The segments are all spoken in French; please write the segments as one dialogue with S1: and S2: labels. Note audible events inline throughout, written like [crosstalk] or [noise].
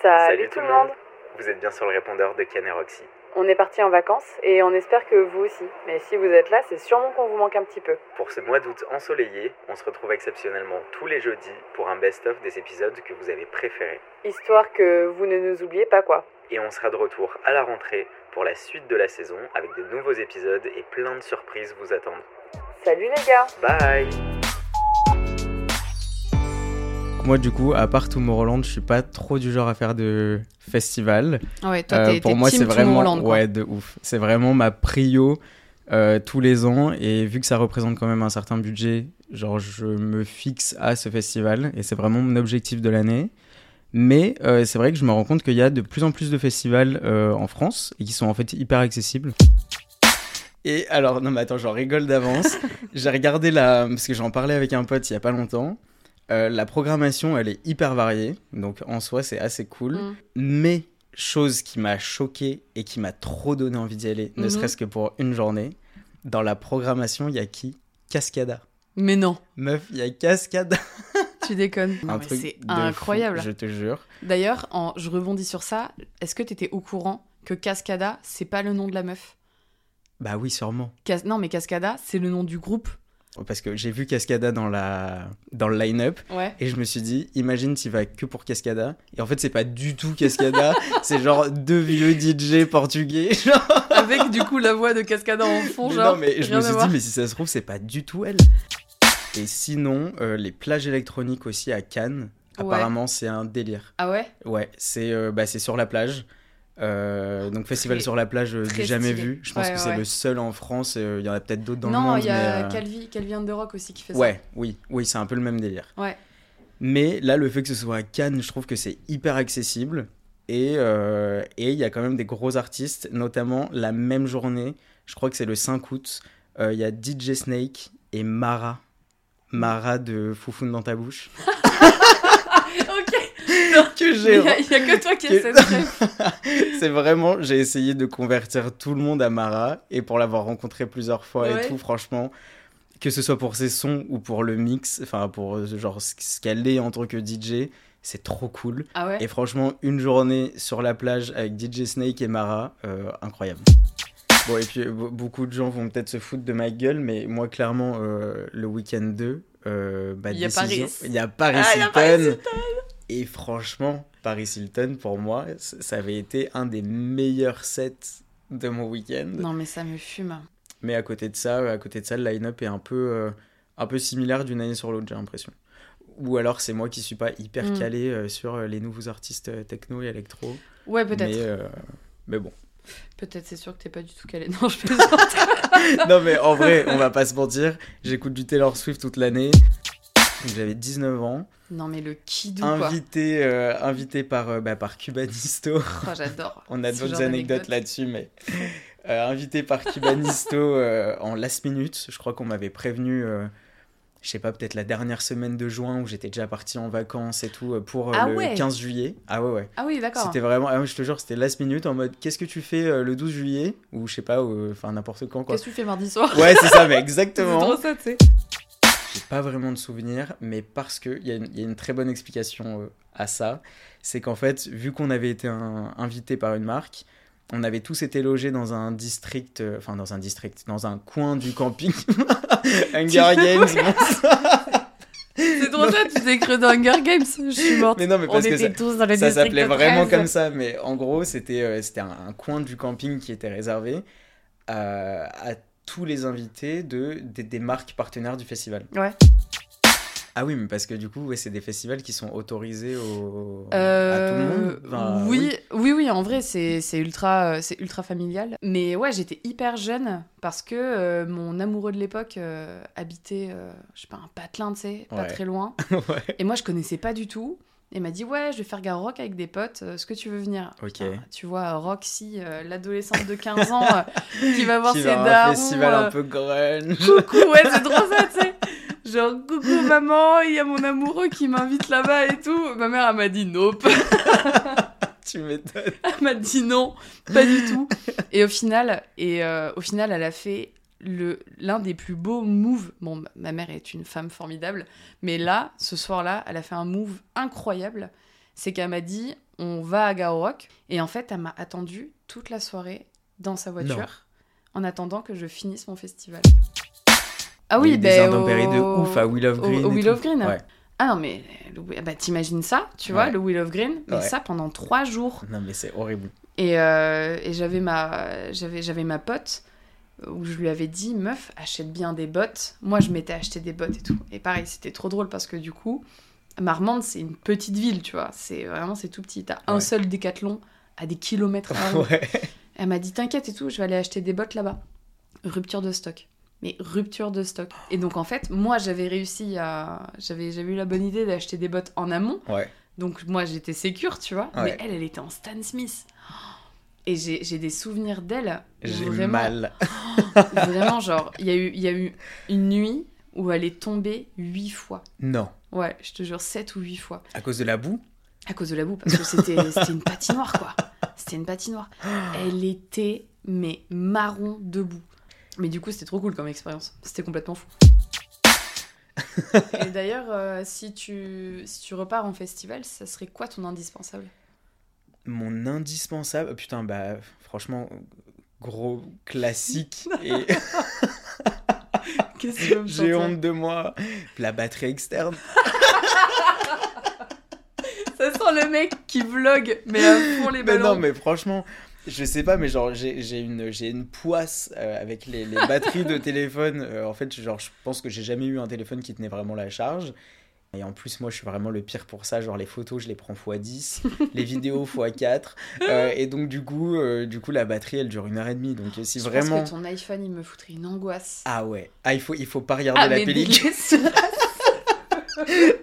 S1: Salut, tout le monde.
S2: Vous êtes bien sur le répondeur de Ken et Roxy.
S1: On est parti en vacances et on espère que vous aussi. Mais si vous êtes là, c'est sûrement qu'on vous manque un petit peu.
S2: Pour ce mois d'août ensoleillé, on se retrouve exceptionnellement tous les jeudis pour un best-of des épisodes que vous avez préférés.
S1: Histoire que vous ne nous oubliez pas quoi.
S2: Et on sera de retour à la rentrée pour la suite de la saison avec de nouveaux épisodes et plein de surprises vous attendent.
S1: Salut les gars
S2: Bye
S3: Moi, du coup, à part Tomorrowland, je suis pas trop du genre à faire de festival.
S4: Ah ouais, toi,
S3: Euh,
S4: t'es
S3: pour
S4: t'es
S3: moi,
S4: team
S3: c'est vraiment
S4: Tomorrowland, quoi.
S3: ouais de ouf. C'est vraiment ma prio euh, tous les ans et vu que ça représente quand même un certain budget, genre je me fixe à ce festival et c'est vraiment mon objectif de l'année. Mais euh, c'est vrai que je me rends compte qu'il y a de plus en plus de festivals euh, en France et qui sont en fait hyper accessibles. Et alors, non mais attends, j'en rigole d'avance. J'ai regardé la... Parce que j'en parlais avec un pote il y a pas longtemps. Euh, la programmation, elle est hyper variée. Donc en soi, c'est assez cool.
S4: Mm.
S3: Mais chose qui m'a choqué et qui m'a trop donné envie d'y aller, ne
S4: Mhm.
S3: serait-ce que pour une journée, dans la programmation, il y a qui Cascada.
S4: Mais non,
S3: Meuf, il y a Cascada.
S4: tu déconnes.
S3: Un
S4: Non, mais
S3: truc
S4: c'est
S3: de fou,
S4: incroyable.
S3: je te jure.
S4: D'ailleurs, en- je rebondis sur ça. Est-ce que t'étais au courant que Cascada, c'est pas le nom de la meuf
S3: Bah oui, sûrement.
S4: Cas- Non, mais Cascada, c'est le nom du groupe.
S3: Parce que j'ai vu Cascada dans, la... dans le line-up
S4: Ouais.
S3: et je me suis dit, imagine tu vas que pour Cascada. Et en fait, c'est pas du tout
S4: [laughs]
S3: Cascada, c'est genre deux vieux DJ portugais. [laughs] genre.
S4: [laughs] Avec du coup la voix de Cascada en fond,
S3: Mais
S4: genre.
S3: non, mais je
S4: rien
S3: me
S4: à
S3: suis
S4: voir.
S3: dit, mais si ça se trouve, c'est pas du tout elle. Et sinon, euh, les plages électroniques aussi à Cannes,
S4: Ouais.
S3: apparemment, c'est un délire.
S4: Ah ouais
S3: Ouais, c'est euh, bah, c'est sur la plage. Euh, donc, festival
S4: très-
S3: sur la plage, euh, du
S4: très
S3: jamais
S4: stylé.
S3: vu. Je pense
S4: Ouais,
S3: que
S4: ouais.
S3: c'est le seul en France. euh, Il y en a peut être d'autres dans le
S4: Non,
S3: monde.
S4: il y a
S3: mais, euh,
S4: Calvi, Calvi and the Rock aussi qui fait
S3: Ouais, oui, oui, c'est un peu le même délire.
S4: Ouais.
S3: Mais là, le fait que ce soit à Cannes, je trouve que c'est hyper accessible. Et euh, et il y a quand même des gros artistes, notamment la même journée, je crois que c'est le 5 août, euh, il y a DJ Snake et Mara. Mara de Foufoune dans ta bouche.
S4: ça. [laughs] ok.
S3: [laughs] Que
S4: Il y,
S3: j'ai.
S4: a il y a que
S3: [laughs]
S4: toi qui as
S3: Que-
S4: cette rêve.
S3: [laughs] c'est vraiment, j'ai essayé de convertir tout le monde à Mara. Et pour l'avoir rencontré plusieurs fois
S4: Ouais.
S3: et tout, franchement, que ce soit pour ses sons ou pour le mix, enfin pour euh, genre ce ce qu'elle est en tant que DJ, c'est trop cool.
S4: Ah ouais.
S3: Et franchement, une journée sur la plage avec DJ Snake et Mara, euh, incroyable. Bon, et puis euh, be- beaucoup de gens vont peut-être se foutre de ma gueule, mais moi, clairement, euh, le week-end 2, euh, ma
S4: Il y a
S3: décision-
S4: Paris.
S3: Il y a Paris
S4: Ah, il y a
S3: Hilton.
S4: Paris
S3: Et franchement, Paris Hilton, pour moi, c- ça avait été un des meilleurs sets de mon week-end.
S4: Non, mais ça me fume.
S3: Mais à côté de ça, euh, à côté de ça, le line-up est un peu, euh, un peu similaire d'une année sur l'autre, j'ai l'impression. Ou alors c'est moi qui suis pas hyper
S4: Mm.
S3: calé euh, sur euh, les nouveaux artistes euh, techno et électro.
S4: Ouais, peut-être.
S3: Mais, euh, mais bon. [laughs]
S4: Peut-être, c'est sûr que t'es pas du tout calé. [laughs] Non, je plaisante.
S3: non mais en vrai, on va pas se mentir, j'écoute du Taylor Swift toute l'année. Donc, J'avais 19 ans,
S4: non, mais le kidou, quoi.
S3: invité, euh, invité par, euh, bah, par Cubanisto.
S4: Oh, j'adore.
S3: On a
S4: ce
S3: d'autres
S4: genre
S3: anecdotes
S4: d'anecdotes.
S3: là-dessus, mais euh, invité par
S4: [laughs]
S3: Cubanisto euh, en last minute, je crois qu'on m'avait prévenu, euh, je sais pas, peut-être la dernière semaine de juin où j'étais déjà parti en vacances et tout euh, pour euh,
S4: Ah
S3: le
S4: ouais.
S3: 15 juillet. Ah ouais, ouais.
S4: Ah oui, d'accord.
S3: C'était vraiment, ah ouais, je te jure, c'était last minute en mode qu'est-ce que tu fais euh, le 12 juillet ou je sais pas, ou, enfin n'importe quand quoi.
S4: Qu'est-ce que tu fais mardi soir
S3: Ouais, [laughs] c'est ça, mais
S4: [laughs] C'est
S3: exactement.
S4: trop ça, tu sais.
S3: J'ai pas vraiment de souvenirs, mais parce qu'il y, a une- il y a une très bonne explication euh, à ça. C'est qu'en fait, vu qu'on avait été un- invité par une marque, on avait tous été logés dans un district, euh, enfin dans un district, dans un coin du camping. [laughs] Hunger
S4: Tu fais
S3: Games. bon, ça-
S4: C'est trop ça, tu t'es cru dans Hunger Games. Je suis morte.
S3: mais non, mais
S4: On
S3: parce que
S4: était
S3: ça,
S4: tous dans le
S3: ça
S4: district
S3: s'appelait vraiment
S4: 13.
S3: comme ça. Mais en gros, c'était euh, c'était un, un coin du camping qui était réservé à, à tous les invités de, des- des marques partenaires du festival.
S4: Ouais.
S3: Ah oui, mais parce que du coup, ouais, c'est des festivals qui sont autorisés au... à tout le
S4: Euh,
S3: monde. Enfin,
S4: oui, oui, oui, en vrai, c'est c'est ultra, euh, c'est ultra familial. Mais ouais, j'étais hyper jeune parce que euh, mon amoureux de l'époque euh, habitait, euh, je sais pas, un patelin, tu sais, pas
S3: Ouais.
S4: très loin.
S3: [laughs] Ouais.
S4: Et moi, je connaissais pas du tout. Et m'a dit, ouais, je vais faire Garo Rock avec des potes, euh, est-ce que tu veux venir
S3: Ok.
S4: Putain, Tu vois, Roxy, euh, l'adolescente de
S3: [laughs]
S4: 15 ans euh, qui va voir
S3: Qui
S4: ses
S3: va à un
S4: darons,
S3: festival
S4: euh,
S3: un peu grunge.
S4: coucou, ouais, c'est trop ça, tu sais. Genre, coucou maman, il y a mon amoureux qui m'invite là-bas et tout. Ma mère, elle m'a dit
S3: [laughs]
S4: nope. [laughs]
S3: tu m'étonnes.
S4: Elle m'a dit non, pas du tout. Et au final, et euh, au final elle a fait le l'un des plus beaux moves. Bon, ma- ma mère est une femme formidable, mais là, ce soir-là, elle a fait un move incroyable. c'est qu'elle m'a dit on va à Gao Rock. Et en fait, elle m'a attendu toute la soirée dans sa voiture
S3: Non.
S4: en attendant que je finisse mon festival.
S3: Il y
S4: Ah
S3: a
S4: oui,
S3: eu des
S4: ben,
S3: intempéries de
S4: au-
S3: ouf à Will of
S4: au-
S3: Green.
S4: au
S3: et
S4: Will
S3: tout.
S4: of Green.
S3: Ouais.
S4: Ah non, mais le- bah, t'imagines ça, tu vois,
S3: Ouais.
S4: le Wheel of Green, mais
S3: Ouais.
S4: ça pendant trois jours.
S3: Non, mais c'est horrible.
S4: Et, euh, et j'avais ma, j'avais, j'avais ma pote euh, où je lui avais dit, meuf, achète bien des bottes. Moi, je m'étais acheté des bottes et tout. Et pareil, c'était trop drôle parce que du coup, Marmande, c'est une petite ville, tu vois. C'est vraiment, c'est tout petit. T'as un
S3: Ouais.
S4: seul décathlon à des kilomètres
S3: [laughs]
S4: à
S3: ouais.
S4: Elle m'a dit, t'inquiète et tout, je vais aller acheter des bottes là-bas. Rupture de stock. Mais rupture de stock. Et donc, en fait, moi, j'avais réussi à. J'avais, j'avais eu la bonne idée d'acheter des bottes en amont.
S3: Ouais.
S4: Donc moi j'étais sécure, tu vois.
S3: Ouais.
S4: Mais elle, elle était en Stan Smith. Et j'ai j'ai des souvenirs d'elle.
S3: J'ai
S4: vraiment-
S3: mal.
S4: [laughs] Vraiment, genre, il y, a eu- il y a eu une nuit où elle est tombée huit fois.
S3: Non.
S4: Ouais, je te jure, sept ou huit fois.
S3: À cause de la boue
S4: À cause de la boue, parce
S3: [laughs]
S4: que c'était c'était une patinoire, quoi. C'était une patinoire. Elle était, mais marron debout. Mais du coup, c'était trop cool comme expérience. C'était complètement fou. Et d'ailleurs, euh, si, tu, si tu repars en festival, ça serait quoi ton indispensable
S3: Mon indispensable. Putain, bah, franchement, gros
S4: [laughs]
S3: classique. et
S4: Qu'est-ce que tu veux me
S3: j'ai
S4: sortir
S3: honte de moi. La batterie externe.
S4: Ça sent le mec qui vlog, mais à fond les
S3: Mais
S4: ballons.
S3: non, mais franchement, je sais pas, mais genre, j'ai j'ai une, j'ai une poisse euh, avec les,
S4: [laughs]
S3: les batteries de téléphone. Euh, en fait, genre, je pense que j'ai jamais eu un téléphone qui tenait vraiment la charge. Et en plus, moi, je suis vraiment le pire pour ça. Genre, les photos, je les prends
S4: [laughs]
S3: x10, les vidéos x4. Euh, et donc, du coup, euh, du coup, la batterie, elle dure une heure et demie. Donc, euh, si
S4: Je
S3: vraiment.
S4: pense que ton iPhone, il me foutrait une angoisse.
S3: Ah ouais, ah, il, faut, il faut pas regarder la
S4: mais
S3: pellicule.
S4: dégueulasse.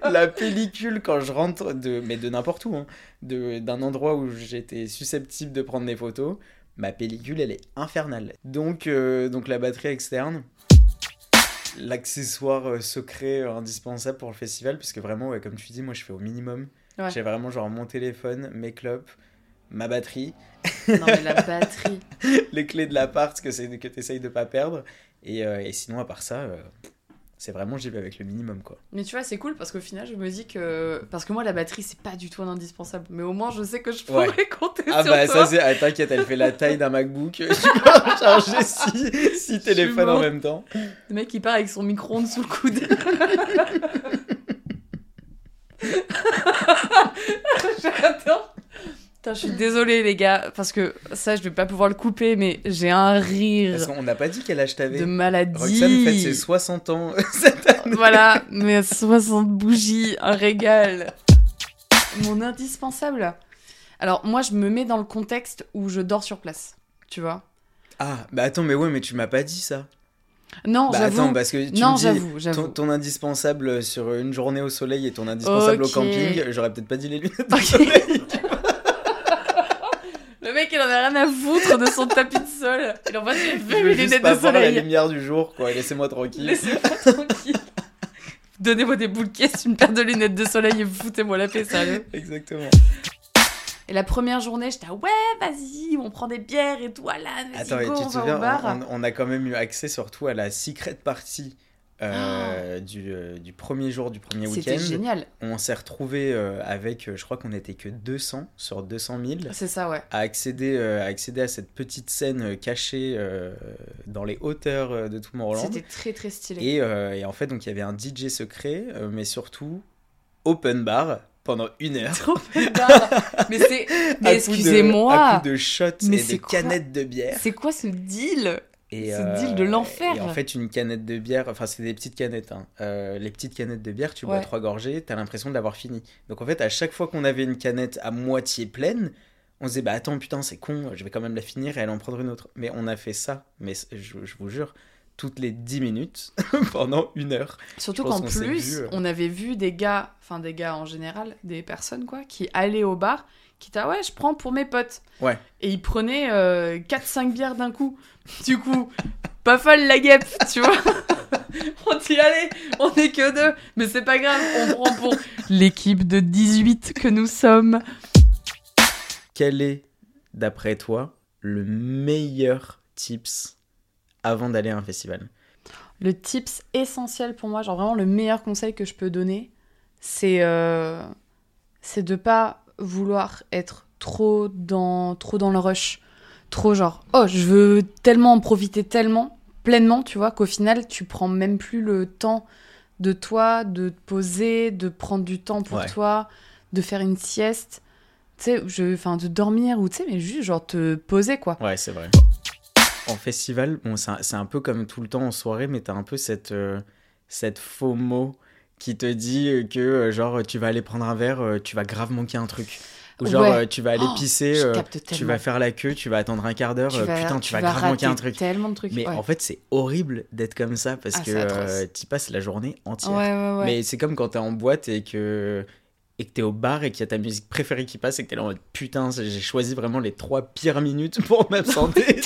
S3: la pellicule quand je rentre de mais de n'importe où hein, de d'un endroit où j'étais susceptible de prendre des photos ma pellicule elle est infernale donc euh, donc la batterie externe l'accessoire euh, secret euh, indispensable pour le festival parce que vraiment ouais, comme tu dis moi je fais au minimum
S4: Ouais.
S3: j'ai vraiment genre mon téléphone mes clopes ma batterie [laughs]
S4: non, mais la batterie.
S3: les clés de l'appart que c'est que t'essayes de pas perdre et, euh, et sinon à part ça euh, c'est vraiment j'y vais avec le minimum quoi
S4: Mais tu vois, c'est cool parce qu'au final, je me dis que. Parce que moi, la batterie, c'est pas du tout un indispensable. Mais au moins, je sais que je
S3: Ouais.
S4: pourrais compter
S3: Ah
S4: sur
S3: bah ça
S4: toi.
S3: c'est ah, t'inquiète elle fait
S4: [laughs]
S3: la taille d'un MacBook [laughs] tu peux charger six, six téléphones en
S4: mort.
S3: même temps
S4: Le mec, il part avec son micro-ondes sous
S3: [laughs]
S4: le coude. J'adore. Putain, je suis désolée, les gars, parce que ça, je vais pas pouvoir le couper, mais j'ai un
S3: parce
S4: rire
S3: qu'on n'a pas dit quel âge
S4: de
S3: t'avais
S4: maladie.
S3: Roxane fête ses 60 ans [laughs] cette année
S4: Voilà, mais 60 bougies, un régal. Mon indispensable. Alors, moi, je me mets dans le contexte où je dors sur place, tu vois.
S3: ah bah attends mais ouais mais tu m'as pas dit ça
S4: Non,
S3: bah
S4: j'avoue.
S3: attends parce que tu
S4: Non,
S3: me dis
S4: j'avoue,
S3: ton,
S4: j'avoue.
S3: ton indispensable sur une journée au soleil et ton indispensable
S4: Ok.
S3: au camping j'aurais peut-être pas dit les lunettes
S4: Ok. [laughs] Le mec, il en a rien à foutre de son tapis de sol. Il envoie ses
S3: je veux
S4: vues
S3: juste
S4: lunettes
S3: pas
S4: de
S3: voir la
S4: soleil.
S3: lumière du jour quoi laissez-moi tranquille
S4: Laissez-moi tranquille. [laughs] Donnez-moi des boules de caisse, une paire de lunettes de soleil et foutez-moi la paix, sérieux.
S3: exactement
S4: Et la première journée, j'étais à ouais, vas-y, on prend des bières et tout, Alan, vas-y,
S3: Attends, et
S4: go,
S3: tu
S4: on
S3: te
S4: va au
S3: souviens,
S4: bar.
S3: on, on- on a quand même eu accès surtout à la secret party euh, du, euh, du premier jour du premier
S4: Ah. C'était
S3: week-end.
S4: génial.
S3: On s'est retrouvé avec, euh, je crois qu'on n'était que 200 sur 200 000
S4: C'est ça, ouais.
S3: à accéder, euh, à accéder à cette petite scène euh, cachée euh, dans les hauteurs euh, de Tomorrowland.
S4: C'était très très stylé.
S3: Et, euh, et en fait, donc il y avait un DJ secret, euh, mais surtout open bar pendant une heure.
S4: [laughs] Trop pétard. Mais c'est.
S3: [laughs] à
S4: [laughs] Mais
S3: coup de- À
S4: excusez-moi.
S3: coup de shots
S4: Mais
S3: et de
S4: c'est quoi
S3: canettes de bière.
S4: C'est quoi ce deal
S3: Et, euh,
S4: Ce deal de l'enfer.
S3: Et en fait, une canette de bière, enfin, c'est des petites canettes. hein. Euh, les petites canettes de bière, tu bois
S4: Ouais.
S3: trois gorgées, t'as l'impression de l'avoir fini. Donc en fait, à chaque fois qu'on avait une canette à moitié pleine, on se disait, bah attends, putain, c'est con, je vais quand même la finir et aller en prendre une autre. Mais on a fait ça, mais c- je, je vous jure, toutes les 10 minutes [laughs] pendant une heure.
S4: Surtout
S3: Je pense
S4: qu'en
S3: qu'on s'est
S4: plus,
S3: vu, euh.
S4: on avait vu des gars, enfin des gars en général, des personnes quoi, qui allaient au bar, qui étaient ah ouais, je prends pour mes potes.
S3: Ouais.
S4: Et ils prenaient 4-5 bières d'un coup. Du coup, pas folle la guêpe, tu vois. [laughs] on dit allez, on est que deux, mais c'est pas grave, on prend pour l'équipe de 18 que nous sommes.
S3: Quel est, d'après toi, le meilleur tips avant d'aller à un festival
S4: Le tips essentiel pour moi, genre vraiment le meilleur conseil que je peux donner, c'est euh, c'est de pas vouloir être trop dans, trop dans le rush, trop genre, oh, je veux tellement en profiter tellement, pleinement, tu vois, qu'au final, tu prends même plus le temps de toi, de te poser, de prendre du temps pour
S3: Ouais.
S4: toi, de faire une sieste, tu sais, je- enfin, de dormir, ou tu sais, mais juste genre te poser, quoi.
S3: Ouais, c'est vrai. En festival, bon, c'est un- c'est un peu comme tout le temps en soirée, mais t'as un peu cette, euh, cette FOMO qui te dit euh, que, euh, genre, tu vas aller prendre un verre, euh, tu vas grave manquer un truc. Ou genre,
S4: Ouais.
S3: euh, tu vas aller
S4: Oh,
S3: pisser,
S4: je
S3: euh,
S4: capte
S3: tu
S4: tellement.
S3: vas faire la queue, tu vas attendre un quart d'heure, euh, putain, tu, vas, grave
S4: rater
S3: manquer un truc.
S4: tellement de trucs.
S3: Mais
S4: ouais.
S3: en fait, c'est horrible d'être comme ça parce
S4: Ah,
S3: que
S4: c'est atroce.
S3: euh, t'y passes la journée entière.
S4: ouais, ouais, ouais.
S3: Mais c'est comme quand t'es en boîte et que et que t'es au bar et qu'il y a ta musique préférée qui passe et que t'es là en mode putain c'est- j'ai choisi vraiment les trois pires minutes pour [laughs] m'absenter.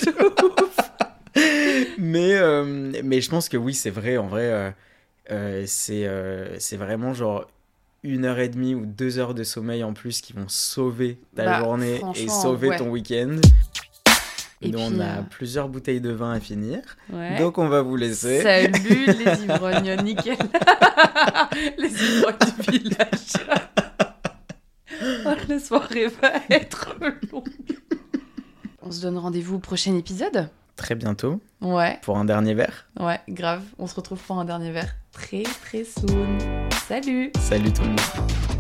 S3: mais euh, mais je pense que oui c'est vrai en vrai euh, euh, c'est euh, c'est vraiment genre une heure et demie ou deux heures de sommeil en plus qui vont sauver ta
S4: Bah,
S3: journée et
S4: franchement,
S3: sauver
S4: ouais.
S3: ton week-end.
S4: Et
S3: Nous,
S4: puis,
S3: on a
S4: euh,
S3: plusieurs bouteilles de vin à finir,
S4: Ouais.
S3: donc on va vous laisser.
S4: Salut les ivrognes, nickel. les ivrognes du village. Ah, La soirée va être longue. On se donne rendez-vous au prochain épisode
S3: Très bientôt
S4: Ouais,
S3: pour un dernier verre.
S4: ouais, grave. On se retrouve pour un dernier verre très très soon. Salut
S3: Salut tout le monde.